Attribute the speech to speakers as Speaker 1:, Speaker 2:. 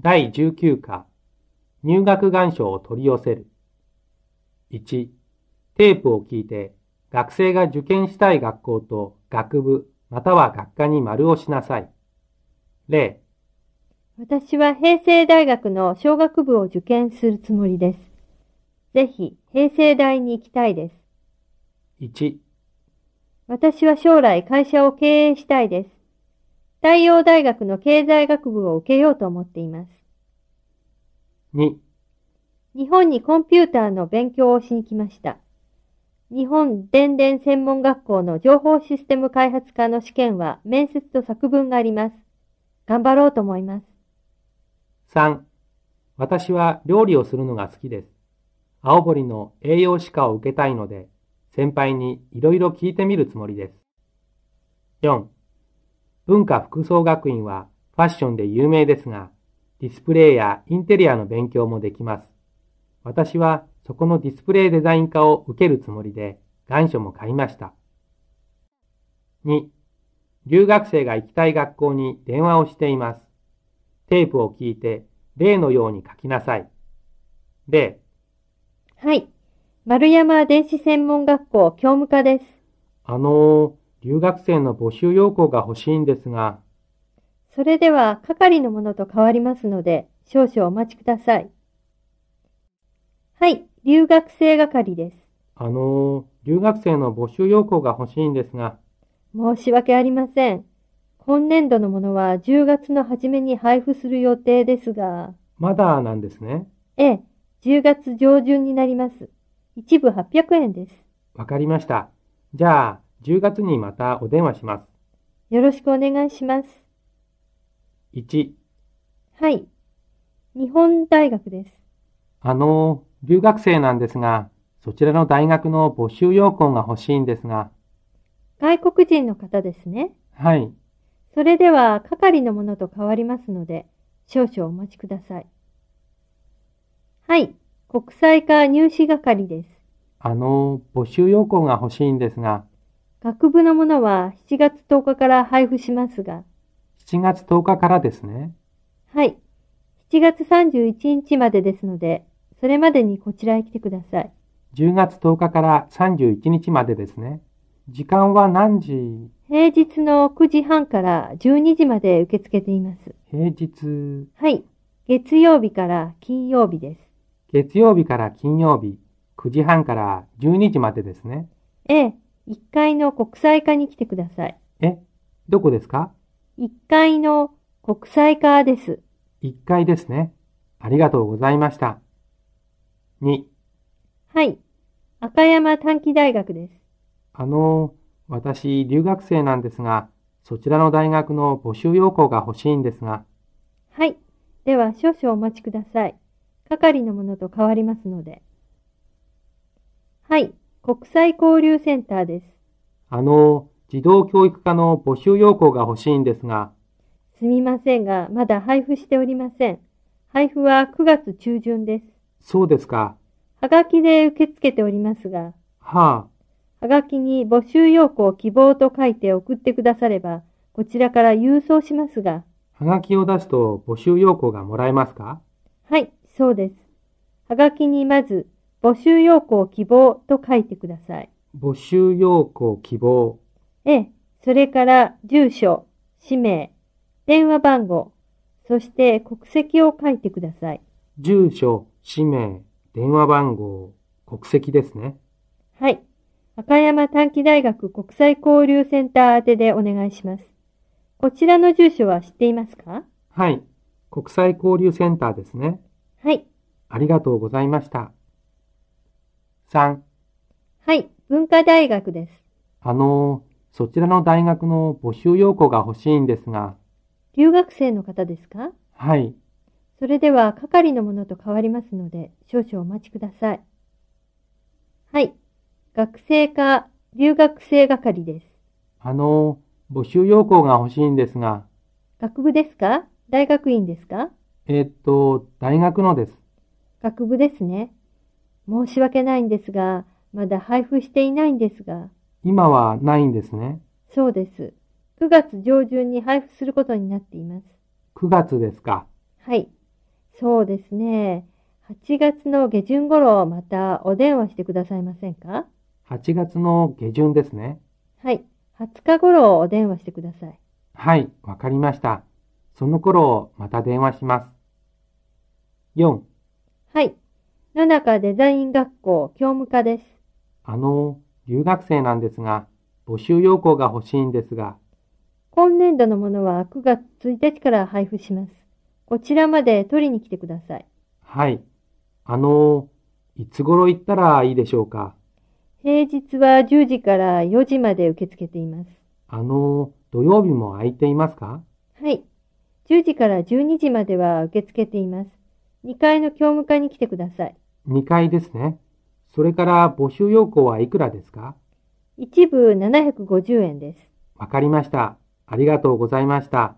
Speaker 1: 第19課、入学願書を取り寄せる。1、テープを聞いて、学生が受験したい学校と学部または学科に丸をしなさい。0、
Speaker 2: 私は平成大学の小学部を受験するつもりです。ぜひ、平成大に行きたいです。
Speaker 1: 1、
Speaker 2: 私は将来会社を経営したいです。太陽大学の経済学部を受けようと思っています。
Speaker 1: 2、
Speaker 2: 日本にコンピューターの勉強をしに来ました。日本電電専門学校の情報システム開発科の試験は面接と作文があります。頑張ろうと思います。
Speaker 1: 3、私は料理をするのが好きです。青森の栄養士科を受けたいので、先輩にいろいろ聞いてみるつもりです。4、文化服装学院はファッションで有名ですが、ディスプレイやインテリアの勉強もできます。私はそこのディスプレイデザイン科を受けるつもりで、願書も買いました。2、留学生が行きたい学校に電話をしています。テープを聞いて、例のように書きなさい。例、
Speaker 2: はい。丸山電子専門学校教務課です。
Speaker 1: あのー、留学生の募集要項が欲しいんですが、
Speaker 2: それでは係のものと変わりますので、少々お待ちください。はい、留学生係です。
Speaker 1: あのー、留学生の募集要項が欲しいんですが、
Speaker 2: 申し訳ありません。今年度のものは10月の初めに配布する予定ですが、
Speaker 1: まだなんですね。
Speaker 2: ええ、10月上旬になります。一部800円です。
Speaker 1: わかりました。じゃあ、10月にまたお電話します。
Speaker 2: よろしくお願いします。
Speaker 1: 1、
Speaker 2: はい。日本大学です。
Speaker 1: あのー、留学生なんですが、そちらの大学の募集要項が欲しいんですが、
Speaker 2: 外国人の方ですね。
Speaker 1: はい、
Speaker 2: それでは係のものと変わりますので、少々お待ちください。はい、国際科入試係です。
Speaker 1: あのー、募集要項が欲しいんですが、
Speaker 2: 学部のものは7月10日から配布しますが、
Speaker 1: 7月10日からですね。
Speaker 2: はい、7月31日までですので、それまでにこちらへ来てください。
Speaker 1: 10月10日から31日までですね。時間は何時
Speaker 2: 平日の9時半から12時まで受け付けています。
Speaker 1: 平日、
Speaker 2: はい、月曜日から金曜日です。
Speaker 1: 月曜日から金曜日、9時半から12時までですね。
Speaker 2: ええ、1階の国際科に来てください。
Speaker 1: え、どこですか
Speaker 2: 1階の国際科です。
Speaker 1: ?1 階ですね。ありがとうございました。2、
Speaker 2: はい。赤山短期大学です。
Speaker 1: あの、私、留学生なんですが、そちらの大学の募集要項が欲しいんですが、
Speaker 2: はい。では少々お待ちください。係のものと変わりますので。はい。国際交流センターです。
Speaker 1: あの、児童教育科の募集要項が欲しいんですが、
Speaker 2: すみませんが、まだ配布しておりません。配布は9月中旬です。
Speaker 1: そうですか。
Speaker 2: はがきで受け付けておりますが、
Speaker 1: はあ、
Speaker 2: はがきに募集要項希望と書いて送ってくだされば、こちらから郵送しますが、
Speaker 1: はがきを出すと募集要項がもらえますか
Speaker 2: はい、そうです。はがきにまず、募集要項希望と書いてください。
Speaker 1: 募集要項希望。
Speaker 2: ええ、それから、住所、氏名、電話番号、そして国籍を書いてください。
Speaker 1: 住所、氏名、電話番号、国籍ですね。
Speaker 2: はい。赤山短期大学国際交流センター宛てでお願いします。こちらの住所は知っていますか
Speaker 1: はい。国際交流センターですね。
Speaker 2: はい。
Speaker 1: ありがとうございました。3、
Speaker 2: はい。文化大学です。
Speaker 1: あの、そちらの大学の募集要項が欲しいんですが、
Speaker 2: 留学生の方ですか
Speaker 1: はい。
Speaker 2: それでは係のものと変わりますので、少々お待ちください。はい。学生課留学生係です。
Speaker 1: あの、募集要項が欲しいんですが、
Speaker 2: 学部ですか大学院ですか
Speaker 1: えっと、大学のです。
Speaker 2: 学部ですね。申し訳ないんですが、まだ配布していないんですが、
Speaker 1: 今はないんですね。
Speaker 2: そうです。9月上旬に配布することになっています。
Speaker 1: 9月ですか。
Speaker 2: はい。そうですね。8月の下旬頃、またお電話してくださいませんか
Speaker 1: 8月の下旬ですね。
Speaker 2: はい。20日頃お電話してください。
Speaker 1: はい、わかりました。その頃、また電話します。4、
Speaker 2: はい。野中デザイン学校教務課です。
Speaker 1: あの、留学生なんですが、募集要項が欲しいんですが、
Speaker 2: 今年度のものは9月1日から配布します。こちらまで取りに来てください。
Speaker 1: はい。あの、いつ頃行ったらいいでしょうか。
Speaker 2: 平日は10時から4時まで受け付けています。
Speaker 1: あの、土曜日も空いていますか
Speaker 2: はい。10時から12時までは受け付けています。2階の教務課に来てください。
Speaker 1: ?2 階ですね。それから募集要項はいくらですか
Speaker 2: 一部750円です。
Speaker 1: わかりました。ありがとうございました。